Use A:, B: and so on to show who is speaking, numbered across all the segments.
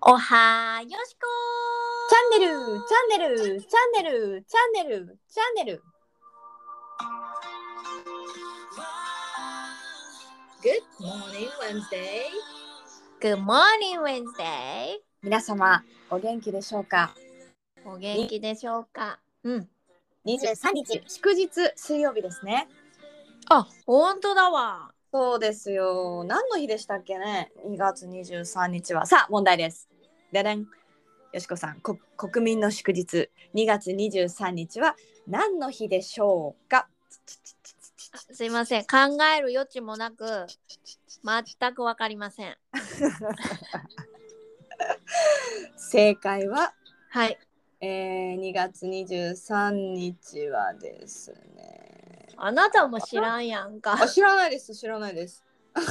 A: おはよしこ
B: チャンネル、チャンネル、チャンネル、チャンネル、チャンネル。
A: Good morning Wednesday Good morning Wednesday
B: 皆様、お元気でしょうか。
A: お元気でしょうかうん
B: 二十三日、祝日、水曜日ですね。
A: あ、本当だわ
B: そうですよ。何の日でしたっけね。二月二十三日は、さあ、問題です。でれん。よしこさん、こ国民の祝日、二月二十三日は何の日でしょうか。
A: すいません考える余地もなく全くわかりません
B: 正解は、
A: はい
B: えー、2月23日はですね。
A: あなたも知らんやんか
B: あ知らないです知らないです全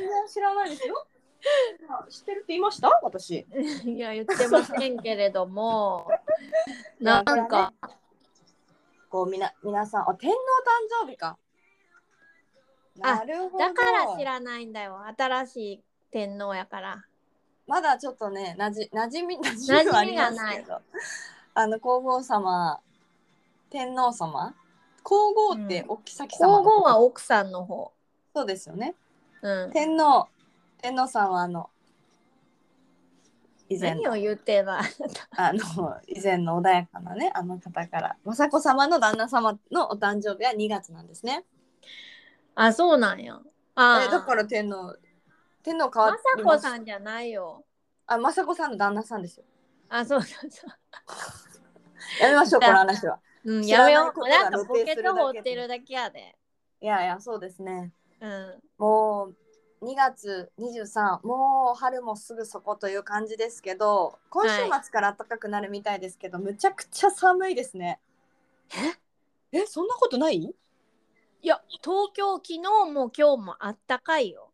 B: 然知らないですよあ 知ってるって言いました私
A: いや言ってませんけれども なん
B: いやこれ
A: か
B: ねこうみな皆さんあ天皇誕生日か
A: あ
B: なるほど
A: だから知らないんだよ新しい天皇やから
B: まだちょっとねなじ馴染み馴染みはあります
A: 馴染
B: け
A: み
B: どあの皇后様天皇様皇后ってお妃様
A: 皇
B: のこと、
A: 后は奥さんの方
B: そうですよね
A: うん
B: 天皇天皇さんはあの以前
A: 何を言ってば
B: あの 以前の穏やかなねあの方から雅子様の旦那様のお誕生日は2月なんですね。
A: あそうなんやあ
B: えだからら天皇天皇変わ
A: 雅
B: って
A: 子
B: ます
A: さんじゃないよ
B: あ雅子さんの旦那さんですよ。
A: あそうそうそ
B: やめましょうこの話は。
A: う、うん、
B: 知
A: や
B: らな
A: め
B: い
A: よ
B: こと
A: うな
B: が
A: んかボ
B: 露呈
A: ケ
B: する
A: と
B: だけ
A: 放ってるだけやで
B: いやいやそうですね。
A: うん
B: もう2月23もう春もすぐそこという感じですけど今週末から暖かくなるみたいですけど、むちゃくちゃ寒いですね。ええそんなことない
A: いや東京昨日も今日もあったかいよ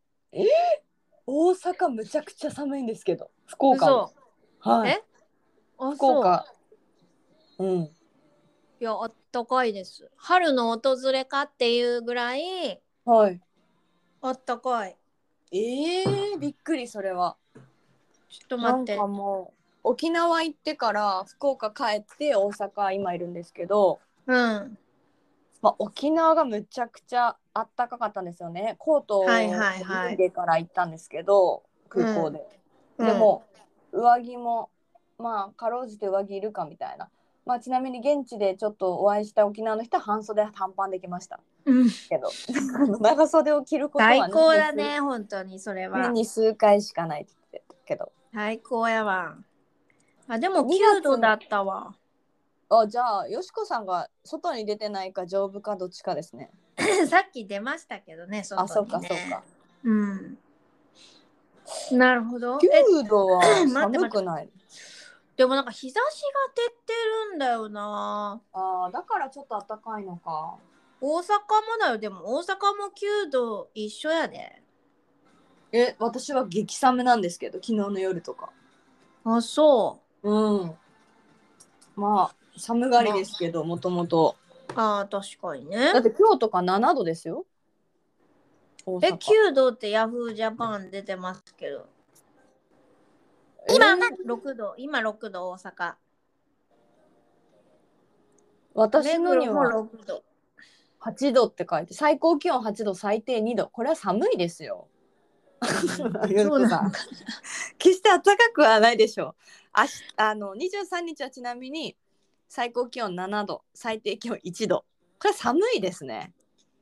B: 大阪むちゃくちゃ寒いんですけど福岡も
A: 嘘
B: はい
A: えあ
B: 福
A: そう
B: 岡うん
A: いやあったかいです春の訪れかっていうぐらい
B: はい
A: あったかい
B: えー、びっくりそれは
A: ちょっと
B: な
A: 待っ
B: ん
A: て
B: かもう沖縄行ってから福岡帰って大阪今いるんですけど、
A: うん
B: まあ、沖縄がむちゃくちゃあったかかったんですよねコートを
A: はいはいはい
B: 脱いでから行ったんですけど空港で、でも、上着もまあかろうじて上着いるかみたいな、まあ、ちなみに現地でちょっとお会いした沖縄の人は半袖短パンできました
A: うん、
B: けど あの長袖を着ることは
A: 最高だね本当にそれは
B: 年に数回しかないって言ってたけど
A: 最高やわあでも
B: 二月
A: 9度だった わ
B: あじゃあよしこさんが外に出てないか丈夫かどっちかですね
A: さっき出ましたけどね外にね
B: あそうかそうか
A: うんなるほどえ
B: 9度は
A: 待って
B: 寒くない
A: でもなんか日差しが照ってるんだよな
B: あーだからちょっと暖かいのか
A: 大阪もだよでも大阪も9度一緒やで
B: え私は激寒なんですけど昨日の夜とか
A: あそ
B: うんまあ寒がりですけどもともと
A: うあー確かに
B: だ
A: ね
B: って今日とか7度ですよ。大
A: え
B: 阪
A: 9度ってヤフージャパン出てますけど
B: え
A: 今
B: ー
A: 6度今6度大阪
B: 私のに
A: 目黒
B: は
A: も6度
B: 8度って書いて最高気温8度最低2度これは寒いですよ。よ
A: そう
B: く
A: な
B: さ
A: んか
B: 決して暖かくはないでしょう。あしあの23日はちなみに最高気温7度最低気温1度これは寒いですね。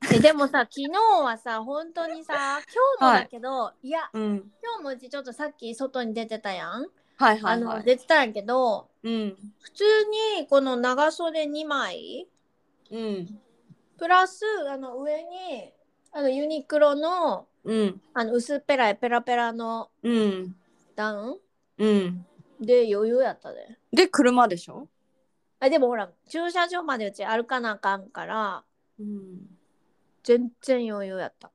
A: えでもさ昨日はさ本当にさ今日もだけど、い、や
B: うん、
A: 今日もうちちょっとさっき外に出てたやん、
B: はいはい
A: あ
B: は
A: の
B: い。
A: 出てたんやけど
B: うん
A: 普通にこの長袖2枚
B: うん
A: プラスあの上にあのユニクロの
B: うん
A: あの薄っぺらいペラペラの
B: うん
A: ダウン
B: うん。
A: で余裕やったで。
B: で車でしょ、
A: あでもほら駐車場までうち歩かなあかんから
B: うん、
A: 全然余裕やった。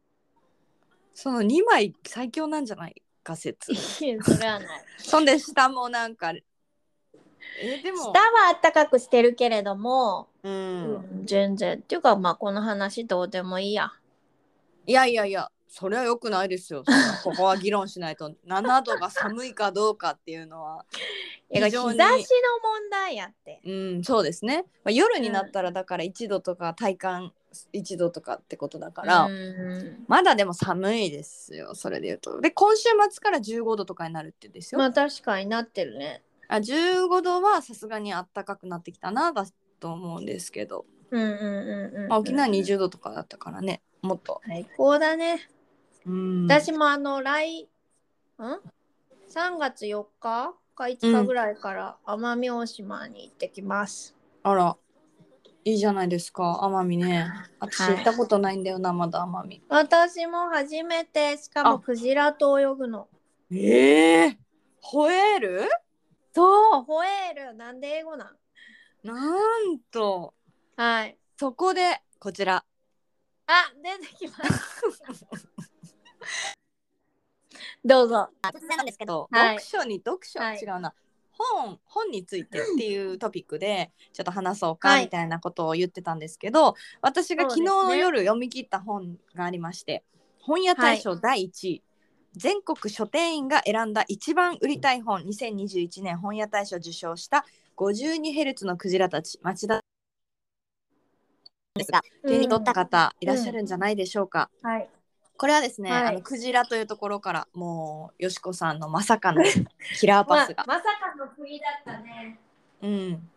B: その2枚最強なんじゃ ない仮説。
A: いやそれはない。
B: そんで下もなんかえ
A: 下
B: でも
A: はあったかくしてるけれども、
B: う、
A: うんん、全然っていうかまあこの話どうでもいいや。
B: いやいやいやそれは良くないですよ。それはここは議論しないと 7度が寒いかどうかっていうのは。
A: いや日
B: 非
A: 差し
B: 常
A: の問
B: に
A: 題やって。
B: うん、そうですね。まあ、夜になったらだから1度とか体感1度とかってことだから、
A: うん
B: まだでも寒いですよ。それで言うと。で、今週末から15度とかになるって言うんですよ。
A: まあ確かになってるね。
B: あ15度はさすがに暖かくなってきたなだと思うんですけど、
A: うんうんうんうん。
B: まあ、沖縄20度とかだったからねもっと、
A: 最高だね。
B: うん
A: 私もあの来ん ?3 月4日か5日
B: うん
A: ぐらいから奄美大島に行ってきます。
B: あらいいじゃないですか奄美ね私
A: はい
B: 行ったことないんだよな、まだ奄美
A: 私も初めてしか
B: あ
A: もクジラと泳ぐの。
B: ええ吠える
A: そうホエールなんで英語なん
B: なんと
A: はい。
B: そこでこちら
A: あ出てきました。 どうぞ。
B: 突然なんですけど、
A: はい
B: 読書に読書、
A: はい
B: 違うな本本についてっていうトピックでちょっと話そう
A: は
B: か
A: い
B: みたいなことを言ってたんですけど、私が昨日
A: そうですね
B: 夜読み切った本がありまして、本屋大賞第1位、全国書店員が選んだ一番売りたい本2021年本屋大賞受賞した 52Hz のクジラたち町田ですが手に取った方いらっしゃるんじゃないでしょうか、
A: うんはい。
B: これはですね、
A: はい
B: あのクジラというところからもうよしこさんのまさかのキラーパスが、
A: まさかの国だったね。
B: うん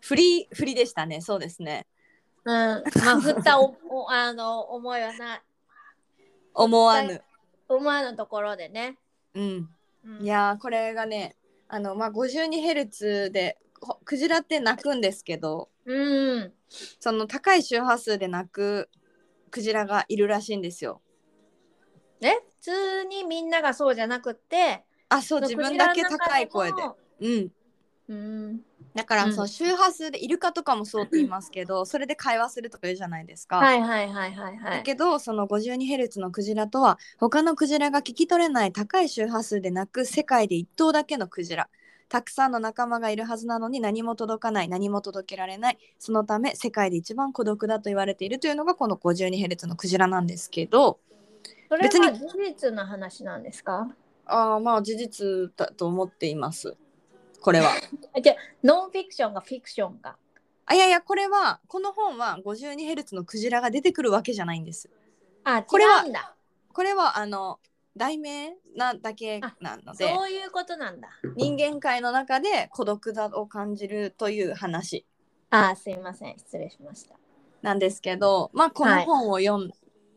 B: 振り振りでしたねそうですね
A: うん。まあ振ったおおあの思いはない。
B: 思わぬ、
A: 思わぬところでね。
B: うん
A: うん
B: いやーこれがねあのまあ 52Hz でほクジラって鳴くんですけど
A: うん。
B: その高い周波数で鳴くクジラがいるらしいんですよ
A: え普通にみんながそうじゃなくって
B: あそう自分だけ高い声でうん
A: うん
B: だから、
A: うん
B: その周波数でイルカとかもそうって言いますけどそれで会話するとか言うじゃないですか、
A: はいはいはいはいは
B: だ
A: い。
B: けどその 52Hz のクジラとは他のクジラが聞き取れない高い周波数で鳴く世界で一頭だけのクジラたくさんの仲間がいるはずなのに何も届かない何も届けられないそのため世界で一番孤独だと言われているというのがこの 52Hz のクジラなんですけど
A: それは
B: 別に
A: 事実の話なんですか
B: あーまあ事実だと思っています これは。
A: あじゃあノンフィクションがフィクションが。
B: あいやいやこれはこの本は 52Hz のクジラが出てくるわけじゃないんです。
A: あ
B: これは
A: 違うんだ。
B: これはあの題名なだけなので。
A: そういうことなんだ。
B: 人間界の中で孤独だを感じるという話
A: あすいません失礼しました。
B: なんですけど、まあ、この本を読ん,、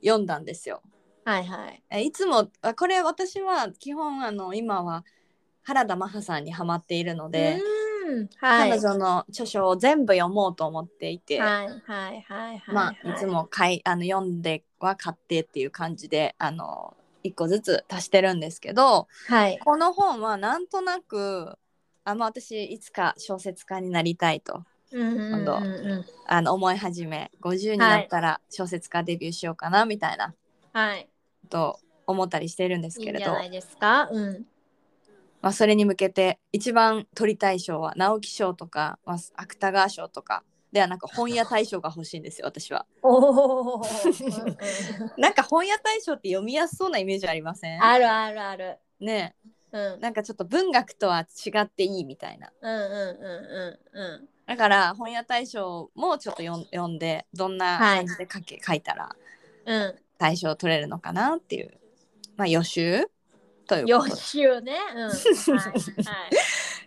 B: 読んだんですよ。
A: はいはい。
B: えいつもあこれ私は基本あの今は原田真帆さんにハマっているので、
A: うんはい、
B: 彼女の著書を全部読もうと思っていて、
A: はいはいはいはい。
B: まあ、いつ。も買いあの読んでは買ってっていう感じであの1個ずつ足してるんですけど、
A: はい。
B: この本はなんとなくあ、まあ、私いつか小説家になりたいと
A: うんうんうんうん。
B: あの思い始め50になったら小説家デビューしようかなみたいな
A: はい。
B: と思ったりしてるんです
A: いい
B: け
A: ん
B: れ
A: じ
B: ど
A: ゃないですか。うん。
B: まあ、それに向けて一番取りたい賞は直木賞とか、まあ、芥川賞とかではなく本屋大賞が欲しいんですよ私は。
A: おお。
B: なんか本屋大賞って読みやすそうなイメージありません
A: あるあるある。
B: ね
A: うん
B: え。なんかちょっと文学とは違っていいみたいな。
A: うんうんうんうんうん。
B: だから本屋大賞もちょっと読ん読んでどんな感じで書け、書いたら
A: うん、
B: 大賞取れるのかなっていう、まあ、予習という
A: 予
B: ことで
A: 習ね。うん、はい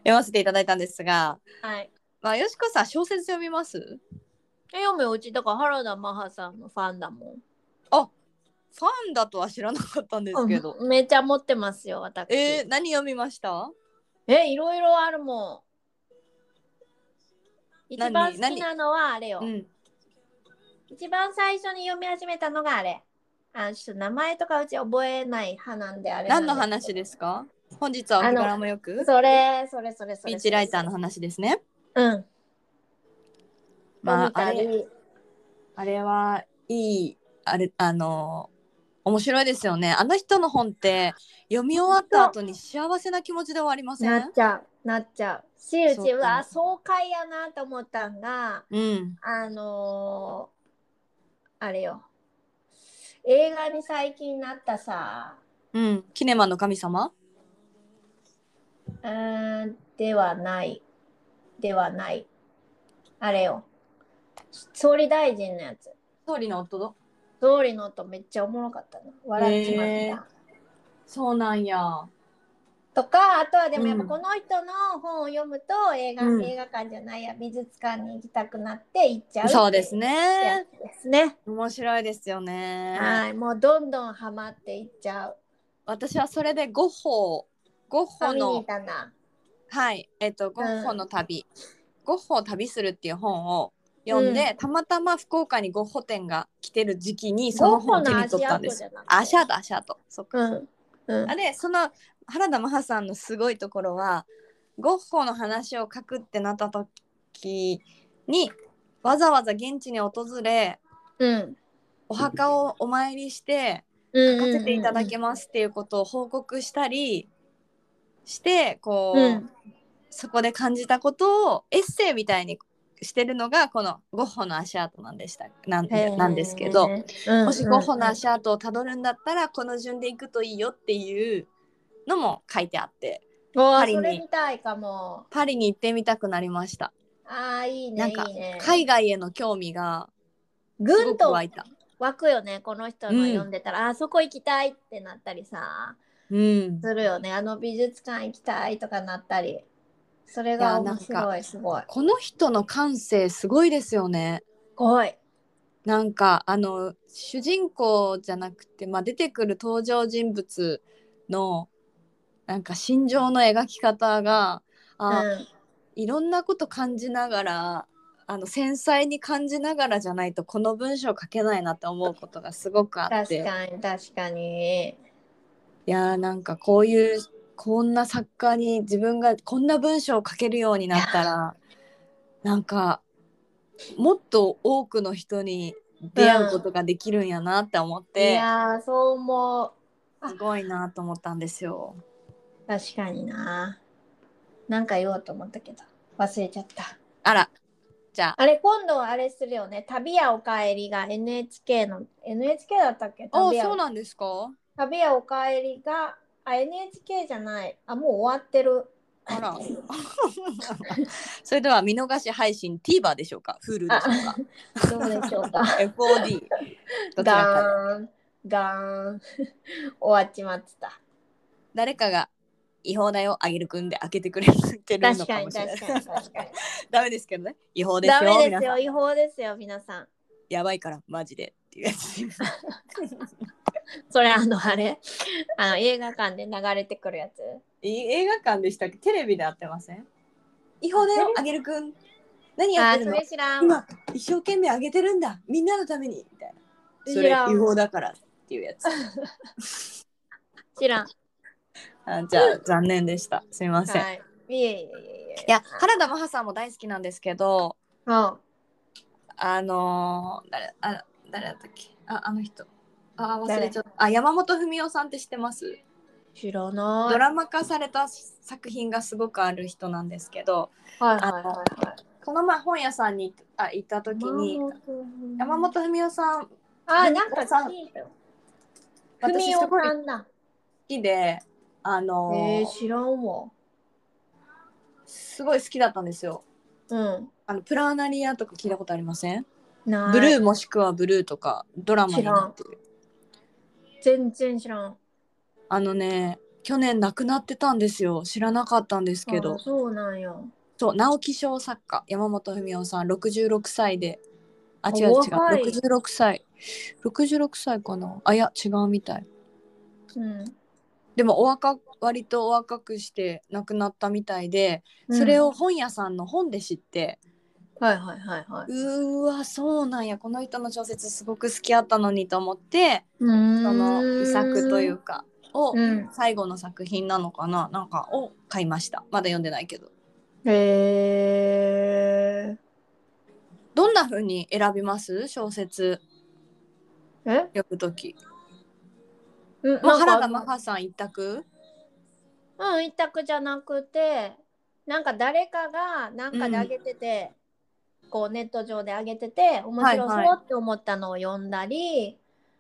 B: 読ませていただいたんですが、
A: はい、はい。
B: まあ、よしこさん小説読みます
A: え読むうちだから原田マハさんのファンだもん。
B: あファンだとは知らなかったんですけど、
A: うんめちゃ持ってますよ私。
B: えー、何読みました
A: えいろいろあるもん。一
B: 何
A: 番好きなのはあれよ。
B: ん
A: 一番最初に読み始めたのがあれ。あちょっと名前とかうち覚えない派なんであれなん
B: 何
A: です
B: の
A: けど
B: 話ですか本日はお日柄もよく
A: それそれそれそれそれ。
B: ピーチライターの話ですね
A: うん。
B: まああ
A: 読みた
B: れ
A: り
B: あれはいいあれあのー面白いですよねあの人の本って読み終わった後に幸せな気持ちで終わりませ
A: なんっちゃうなっちゃうしう
B: そう
A: ち
B: かも
A: は爽快やなと思ったんが
B: うん
A: あのーあれよ映画に最近なったさ、
B: うん。キネマの神様
A: うーん、ではない。ではない。あれよ。総理大臣のやつ。
B: 総理の夫ど
A: 総理の音めっちゃおもろかったな。笑っちまった。
B: へーそうなんや。
A: とかあとはでもやっぱ
B: うん
A: この人の本を読むと映画、
B: うん
A: 映画館じゃないや美術館に行きたくなって行っちゃう
B: そうです
A: ね。
B: ね。
A: ですね。
B: 面白いですよね。
A: はい、もうどんどんハマっていっちゃう。
B: 私はそれでゴッホゴッ
A: あ
B: ホ
A: 見に行
B: の
A: ったな。
B: はいえっ、とゴッホの旅、ゴッホを旅するっていう本を読んで、たまたま福岡にゴッホ展が来てる時期にその本を手に取ったんです。アシャートアシャートそっか。
A: うん。うん
B: あ。れその原田真帆さんのすごいところはゴッホの話を書くってなった時にわざわざ現地に訪れ
A: うん。
B: お墓をお参りして
A: うん。
B: 書かせていただきますっていうことを報告したりしてこう、
A: うん
B: そこで感じたことをエッセイみたいにしてるのがこのゴッホの足跡なんでしたなん
A: へー
B: なんですけど、
A: うん
B: もしゴッホの
A: うん
B: 足跡をたどるんだったらこの順で行くといいよっていうのも書いてあって
A: おー
B: パリに
A: それ見たいかも。
B: パリに行ってみたくなりました
A: ああ、いい
B: な
A: ね。
B: んか
A: いいね。
B: 海外への興味がす
A: ぐ
B: ご
A: ん
B: く
A: と
B: 湧いた。
A: 湧くよね、この人の読んでたら、あーそこ行きたいってなったりさ。
B: うん、
A: するよねあの美術館行きたいとかなったりそれが面
B: いやな
A: 白いすごい
B: この人の感性すごいですよね。
A: すごい
B: なんかあの主人公じゃなくて、まあ、出てくる登場人物のなんか心情の描き方があ、
A: うん
B: いろんなこと感じながらあの繊細に感じながらじゃないとこの文章書けないなって思うことがすごくあっ
A: 確
B: て
A: かに確かに
B: いやーなんかこういうこんな作家に自分がこんな文章を書けるようになった らなんかもっと多くの人に出会うことができるんやなって思っ
A: い
B: て。
A: やーそう思う
B: すごいなと思ったんですよ。
A: 確かにななんか言おうと思ったけど忘れちゃった
B: あら、じゃあ、
A: あれ今度はあれするよね「旅屋おかえり」が NHK の NHK だったっけ
B: あ
A: 旅屋
B: そうなんですか。
A: 旅屋おかえりがあ NHK じゃないあもう終わってる
B: あら。それでは見逃し配信 TVer でしょうか、Hulu でしょうか、
A: どうでしょうか
B: FOD どちら
A: ガ
B: か
A: ー
B: で
A: ンガーン 終わっちまってた
B: 誰かが違法だよあげるくんで開けてくれてるの
A: 確
B: か
A: か
B: も
A: に
B: しれな
A: 確
B: い。
A: かに確かに
B: ダメですけどね。違法ですよ。
A: ダメで
B: 皆
A: す
B: さ
A: よ
B: ん
A: 違法ですよ皆さん
B: やばいからマジでって いうやつ。
A: それあのあれ あの映画館で流れてくるやつ
B: い映画館でしたっけ？テレビで会ってません？違法だよあげるくん。何や
A: あー
B: ってる
A: そ
B: の？
A: れ知らんわ
B: 今一生懸命あげてるんだみんなのためにみたいなそ
A: 知
B: れ
A: らん
B: 違法だからっていうやつ
A: 知らん
B: あじゃあ残念でしたすいません、い、
A: はいいえいえいえいえ
B: や原田真帆さんも大好きなんですけど
A: うん
B: あのー、誰あ誰だったっけああの人あ忘れちゃったあ山本文夫さんって知ってます
A: 知らない
B: ドラマ化された作品がすごくある人なんですけど
A: はいはいはいはい
B: この前本屋さんにあ行った時に山本文夫さん
A: あなんか聞いたよふ
B: 私
A: み
B: す
A: お
B: ごい
A: さ
B: 好
A: んだ
B: きであのー
A: えー、知らんわ
B: すごい好きだったんですよ
A: うん
B: あのプラーナリアとか聞いたことありません
A: ない
B: ブルーもしくはブルーとかドラマになってる
A: 全然知らん
B: あのね去年亡くなってたんですよ知らなかったんですけ
A: あ
B: ど
A: ーそうなんよ
B: そう直木賞作家山本文夫さん66歳であ違う違う
A: お若い
B: 66歳66歳かなあいや違うみたい
A: うん
B: でもお若割とお若くして亡くなったみたいでそれを本屋さんの本で知って、
A: はいはいはいはいう
B: ーわそうなんやこの人の小説すごく好きやったのにと思って
A: そ
B: その遺作というかを
A: うん
B: 最後の作品なのかななんかを買いましたまだ読んでないけど
A: へ
B: どんな風に選びます小説
A: ーえ
B: 読む時
A: うん
B: ま
A: な
B: あ
A: んか
B: 原田真帆さん一択
A: うん一択じゃなくてなんか誰かがなんかであげてて、こうネット上であげてて面白
B: はいは
A: そうって思ったのを読んだり、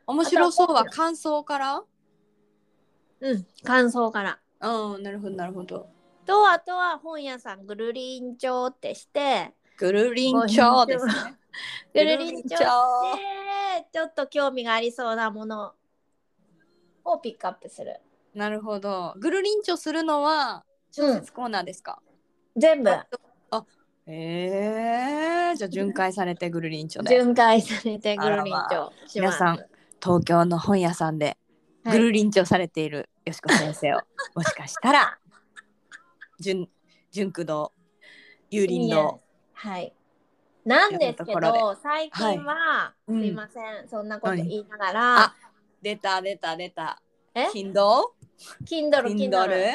B: 面白そうは感想から
A: うん、感想から。
B: うん、なるほど、なるほど。
A: と、あとは本屋さん、ぐるりんちょうってして、
B: ぐるりんちょう ですね。
A: ぐるりんちょうで、
B: ぐる
A: ちょっと興味がありそうなものをピックアップする。
B: なるほど。ぐるりんちょするのは小説コーナーですか、
A: 全部
B: えー、じゃあ巡回されてぐるりんちょで。
A: 巡回されてぐるりん
B: あ
A: ち
B: ら
A: ょうしま
B: 皆
A: す。
B: さん、東京の本屋さんで
A: は
B: ぐ
A: い
B: るりんちょされているよしこ先 生を、もしかしたら、順順駆動、幽林堂。
A: はい。なんですけ
B: というとこ
A: ど、最近は、
B: いうん
A: すいません、そんなこと言いなが
B: 何
A: ら
B: あ、出た出た出た。
A: え
B: Kindle?
A: Kindle、Kindle。
B: Kindle?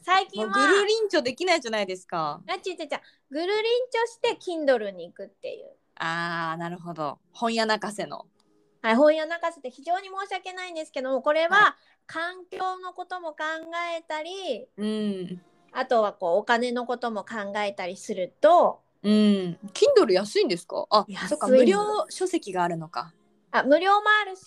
A: 最
B: も
A: 近
B: う
A: は、
B: ぐるりんちょできないじゃないですか。
A: あ、ちうちうちう、ぐるりんちょして Kindle に行くっていう。
B: あー、なるほど。本屋泣かせの。
A: はい、本屋泣かせて非常に申し訳ないんですけども、これ
B: は
A: は環境のことも考えたり、
B: うん。
A: あとはこうお金のことも考えたりすると、
B: うん。Kindle 安いんですかあ
A: 安い、の
B: そっか、無料書籍があるのか。
A: あ、無料もあるし、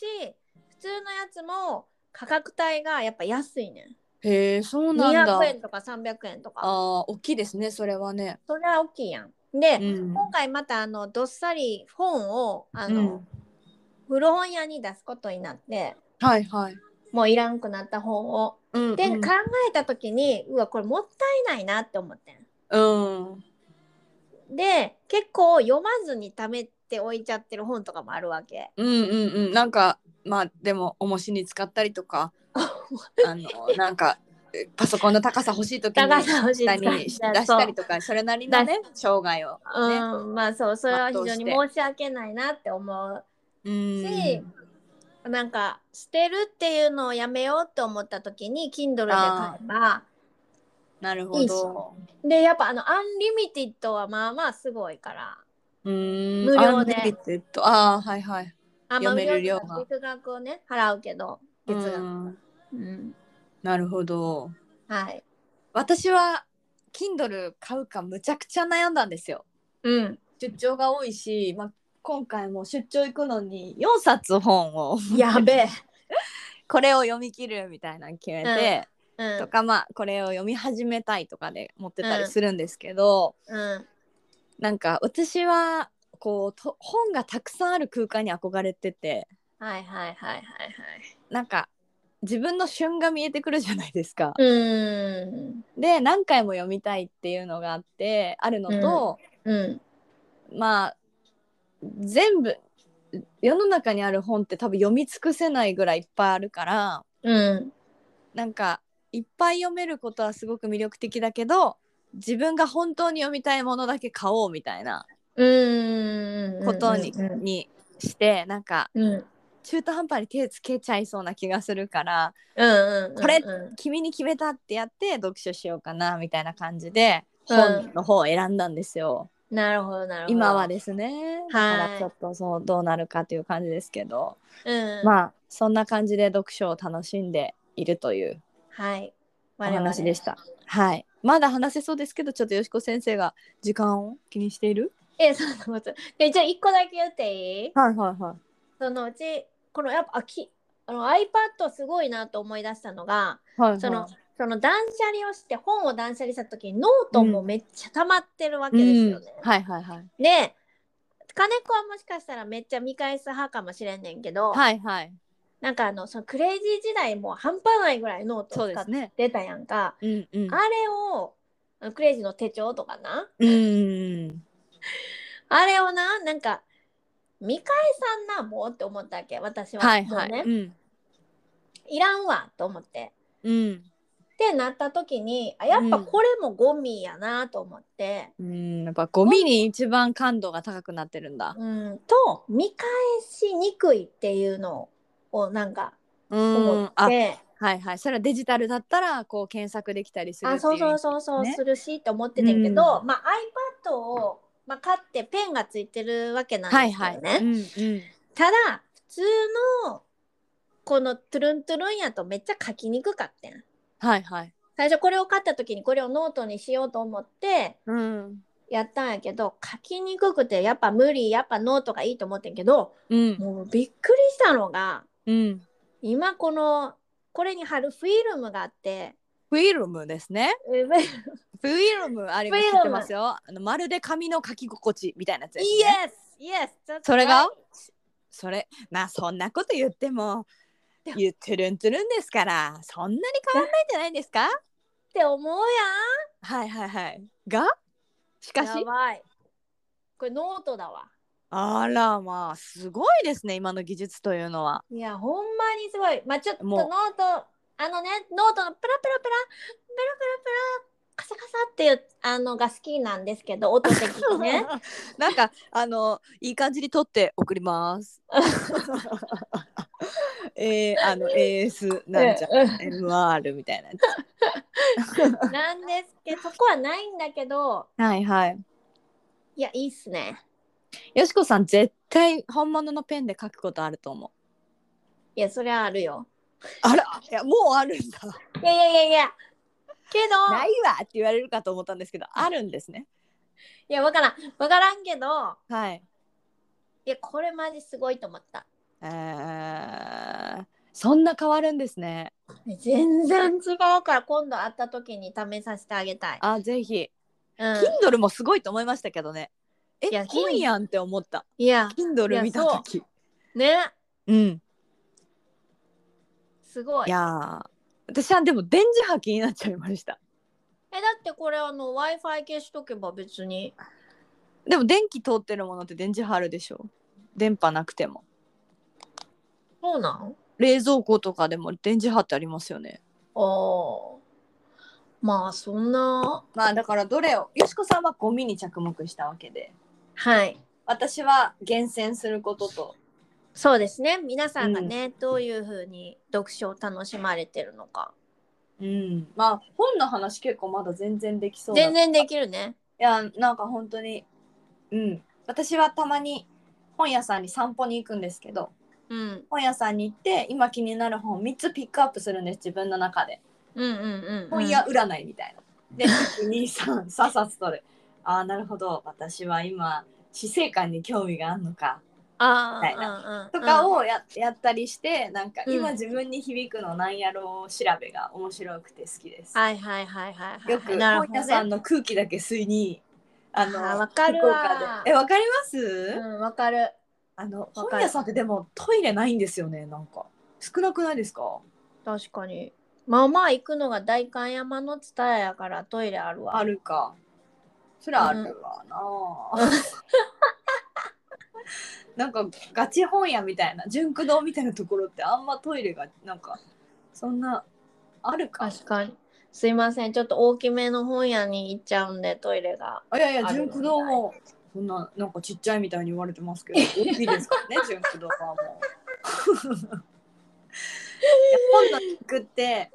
A: 普通のやつも価格帯がやっぱ安いねん。
B: へえ、そうなんだ
A: 200。円とか300円と
B: あ
A: か。
B: ー大きいですね、それはね。
A: それは大きいやん。で、
B: うん。
A: 今回またあのどっさり本をあの、
B: うん
A: 古本屋に出すことになって、
B: はいはい。
A: もういらんくなった本を。
B: うん
A: で、
B: うん
A: 考えた時にうわこれもったいないなって思ってん
B: うん。
A: で結構読まずに貯めて置いちゃってる本とかもあるわけ
B: うんうんうん。なんか、まあ、でも、重しに使ったりと か、あの、なんか、えパソコンの高さ欲しい時
A: 高
B: に。
A: さ欲しい
B: 下に出したりとか、それなりのね、障害を。
A: うんまあそうそれは非常に
B: 全う
A: 申し訳ないなって思
B: うん
A: うし、なんか捨てるっていうのをやめようと思った時に Kindle で買えば
B: なる
A: い
B: ほ
A: いし
B: ど。
A: でやっぱあのアンリミティッドはまあまあすごいから。
B: 無
A: 無料で
B: とああはいはい。
A: あまあ
B: 読める
A: 無料
B: 量が
A: とか月額をね払うけど月
B: う
A: 額、
B: ん
A: うん
B: なるほど。
A: はい
B: 私は Kindle 買うかむちゃくちゃ悩んだんですよ。
A: うん
B: 出張が多いし、まあ、今回も出張行くのに4冊本を
A: やべえ、
B: これを読み切るみたいなの決めて、
A: うん、
B: とかまあこれを読み始めたいとかで持ってたりするんですけど、
A: うん
B: なんか私はこうと本がたくさんある空間に憧れてて
A: はいはいはいはいはい。
B: なんか自分の旬が見えてくるじゃないですか。
A: うーん。
B: で何回も読みたいっていうのがあってあるのと、
A: うん。
B: まあ全部世の中にある本って多分読み尽くせないぐらいいっぱいあるから
A: うん。
B: なんかいっぱい読めることはすごく魅力的だけど自分が本当に読みたいものだけ買おうみたいな
A: うーん。
B: ことに,、
A: うん。
B: にしてなんか
A: うん。
B: 中途半端に手つけちゃいそうな気がするから
A: うん。うん
B: これ
A: うん
B: 君に決めたってやって読書しようかなみたいな感じで
A: うん
B: 本の方を選んだんですよ。
A: なるほど、なるほど。
B: 今は。ですねだ
A: はい
B: からちょっとそうどうなるかという感じですけど、
A: うん。
B: まあそんな感じで読書を楽しんでいるという
A: はい。
B: お
A: 我々
B: 話でした。はい、まだ話せそうですけどちょっとよしこ先生が時間を気にしている
A: え、そんなこと。で、じゃあ、一個だけ言っていい。
B: はいはいはい。
A: そのうち、この、やっぱ、あき。あの、アイパッドすごいなと思い出したのが。
B: はいはい、
A: その。その断捨離をして本を断捨離した時にノートもめっちゃ溜まってるわけ
B: う
A: です
B: ん
A: よね。
B: はいはいはい。
A: で金子はもしかしたらめっちゃ見返す派かもしれんねんけど、
B: はいはい。
A: なんかあのそのクレイジー時代もう半端ないぐらいノート
B: そ
A: を
B: うで
A: 使っ
B: すね。
A: てたやんか、
B: うんうん。
A: あれをあのクレイジーの手帳とかな
B: うん。
A: あれをななんか見返さんなもうって思ったわけ私は、
B: はいは
A: も
B: い。
A: う
B: う
A: ね
B: ん。
A: いらんわと思って。
B: うん。
A: ってなった時にあやっぱこれもゴミやなと思って、
B: うん、やっぱゴミに一番感度が高くなってるんだ。
A: うん、と見返しにくいっていうのをなんか
B: う
A: 思
B: ん
A: っ、
B: あ、
A: て。
B: はいはい、それはデジタルだったらこう検索できたりするっ
A: あ
B: ていう
A: そうそうそうそう
B: ね
A: するしと思ってたけど、
B: う
A: まあ、iPad を、まあ、買ってペンがついてるわけなん
B: はい
A: です
B: は
A: け
B: い、
A: どね、
B: うんうん、
A: ただ普通のこのトゥルントゥルンやとめっちゃ書きにくかったん
B: はいはい、
A: 最初これを買った時にこれをノートにしようと思って
B: うん
A: やったんやけど書きにくくてやっぱ無理やっぱノートがいいと思ってんけど
B: うん、
A: もうびっくりしたのが
B: うん。
A: 今このこれに貼るフィルムがあ って
B: フィルムですね。
A: えフィ
B: フィルムあれが
A: フィル
B: 知
A: ム
B: ってますよ。あのまるで紙の書き心地みたいなやつですね、
A: Yes! Yes! that's
B: それが
A: right.
B: それまあそんなこと言っても
A: でも
B: ゆトゥルントゥルンですからそんなに変わんないんじゃないですか
A: って思う
B: はいはいはい。がし
A: や
B: か
A: ん
B: し
A: やばいこれノートだわ
B: あらまあすごいですね今の技術というのは。
A: いやほんまにすごいまあちょっとノ
B: も
A: ー
B: う
A: トあのねノートのプラプラプラプラプラプラカサカサっていうあのが好きなんですけど音的にね
B: なんかあのいい感じに撮って送ります。 えー、あの AS なんじゃ
A: うん
B: MR みたいなや
A: うんなんですけどそこはないんだけど
B: つ。はいはい。
A: いやいいっすね
B: よしこさん絶対本物のペンで書くことあると思う。
A: いやそれはあるよ
B: あらいやもうあるんだ。
A: いやいやいやいやけど
B: ないわって言われるかと思ったんですけどあるんですね。
A: いやわからんわからんけど
B: はい。
A: いやこれマジすごいと思った
B: えー、そんな変わるんですね。
A: 全然違うから今度会った時に試させてあげたい、
B: あぜひ。
A: うん、
B: Kindle もすごいと思いましたけどね。え
A: いや
B: 本やんって思った。
A: いや
B: Kindle 見た時。
A: ね
B: うん。
A: すごい
B: いやー私はでも電磁波気になっちゃいました
A: えだってこれあの w i f i 消しとけば別に
B: でも電気通ってるものって電磁波あるでしょ電波なくても
A: そうなん
B: 冷蔵庫とかでも電磁波ってありますよね
A: あーまあそんな
B: まあだからどれをよしこさんはゴミに着目したわけで
A: はい
B: 私は厳選することと
A: そうですね皆さんがね、どういうふうに読書を楽しまれてるのか
B: うんまあ本の話結構まだ全然できそうだ
A: 全然できるね
B: いやなんか本当にうん私はたまに本屋さんに散歩に行くんですけど
A: うん
B: 本屋さんに行って今気になる本3つピックアップするんです自分の中で
A: うんうんうんうん
B: 本屋占いみたいな。で、123さっさと取る。ああ、なるほど。私は今、死生観に興味があるのか。
A: あ
B: みたい
A: あ
B: とか
A: を
B: をや,、やったりして、なんか
A: うん
B: 今自分に響くのなんやろう調べが面白くて好きです。
A: はいはいはいはいはい
B: よく
A: なる
B: 本
A: ほ
B: 屋
A: ど
B: さ
A: ね
B: んの空気だけ吸いに、あの、
A: あーわかるわ
B: 福岡でえ、わかります、
A: うんわかる
B: あの、
A: わかる
B: 本屋さんってでもトイレないんですよね、なんか。少なくないですか
A: 確かにまあまあ行くのが代官山の蔦屋やからトイレあるわ
B: あるか。そりゃあるわなあ。 なんかガチ本屋みたいな純駆堂みたいなところってあんまトイレがなんかそんなあるか。
A: 確かにすいませんちょっと大きめの本屋に行っちゃうんでトイレが
B: あいやいや
A: ある
B: 純駆堂もそんななんかちっちゃいみたいに言われて ますけど大きいですからね純駆堂はもう。 いや本のインクって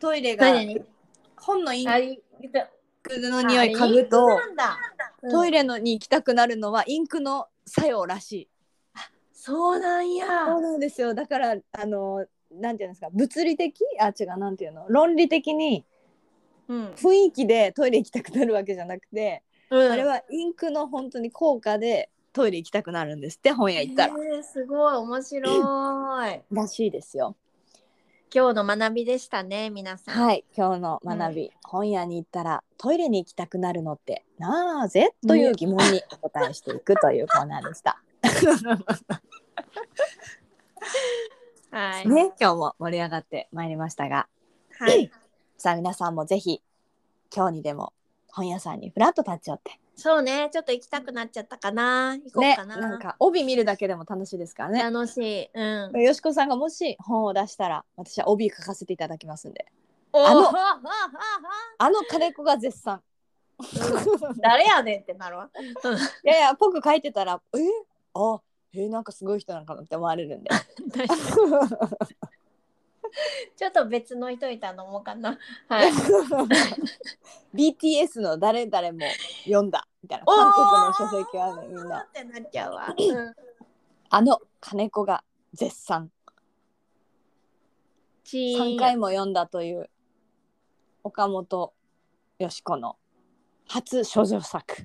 B: トイレが
A: 何に
B: 本のイン
A: あい
B: クの匂い嗅ぐと
A: なんだ、うん
B: トイレのに行きたくなるのはインクの作用らしい。
A: そうなんや
B: そうなんですよだからあのなんていうんですか物理的あ違うなんていうの論理的に
A: うん、
B: 雰囲気でトイレ行きたくなるわけじゃなくて、
A: うん、
B: あれはインクの本当に効果でトイレ行きたくなるんですって本屋行ったら、
A: えーすごい面白い
B: らしいですよ
A: 今日の学びでしたね皆さん、
B: はい今日の学び、本屋に行ったらトイレに行きたくなるのってなぜという疑問にお答えしていくというコーナーでした、
A: はい
B: ね今日も盛り上がってまいりましたが
A: はい、
B: さあ皆さんもぜひ今日にでも本屋さんにフラッと立ち寄って
A: そうねちょっと行きたくなっちゃったかな行こう
B: ね
A: かな,、
B: なんか帯見るだけでも楽しいですからね。
A: 楽しいうん
B: よしこさんがもし本を出したら私は帯書かせていただきますんで
A: あ
B: の
A: の
B: あの金子が絶賛
A: 誰やねんってなるわ。
B: いやいや僕書いてたらえあえなんかすごい人なんかなって思われるんで
A: ちょっと別の人に頼もうかな。 はい。
B: BTS の誰々も読んだみたいな
A: お
B: 韓国
A: ー
B: の書籍はねみんな
A: ってなっちゃうわ。うん
B: あの金子が絶賛
A: チーン
B: 3回も読んだという岡本よしこの初処女作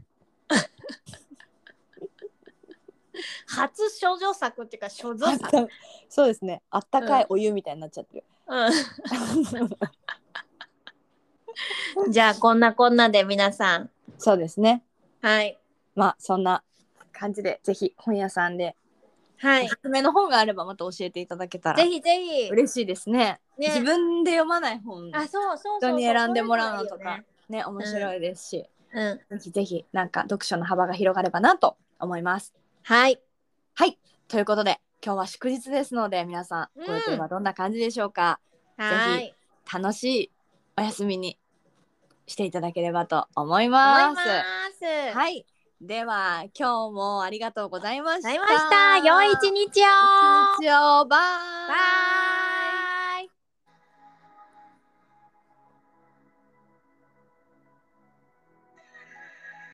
A: 初処女作っていうか処女作、
B: そうですね。あったかいお湯みたいになっちゃってる。
A: うん、じゃあこんなこんなで皆さん
B: そうですね。
A: はい
B: まあそんな感じでぜひ本屋さんで
A: はい
B: おすすめの本があればまた教えていただけたら
A: ぜひぜひ、ね、
B: 嬉しいですね。自分で読まない本
A: あそうそうそう
B: 人
A: そう
B: に選んでもらうのと
A: そいのがいい
B: かね面白いですし、
A: よねうん
B: ぜひぜひなんか読書の幅が広がればなと思います。
A: はい
B: はいということで今日は祝日ですので皆さんご予定はどんな感じでしょうか、
A: はい
B: 楽しいお休みにしていただければと思
A: 思
B: い
A: い
B: ま。
A: ますすい
B: はい。では、今日もありがとうございまし
A: ご
B: た。
A: ざいました良い一日を
B: 一日を。バイ。
A: バイ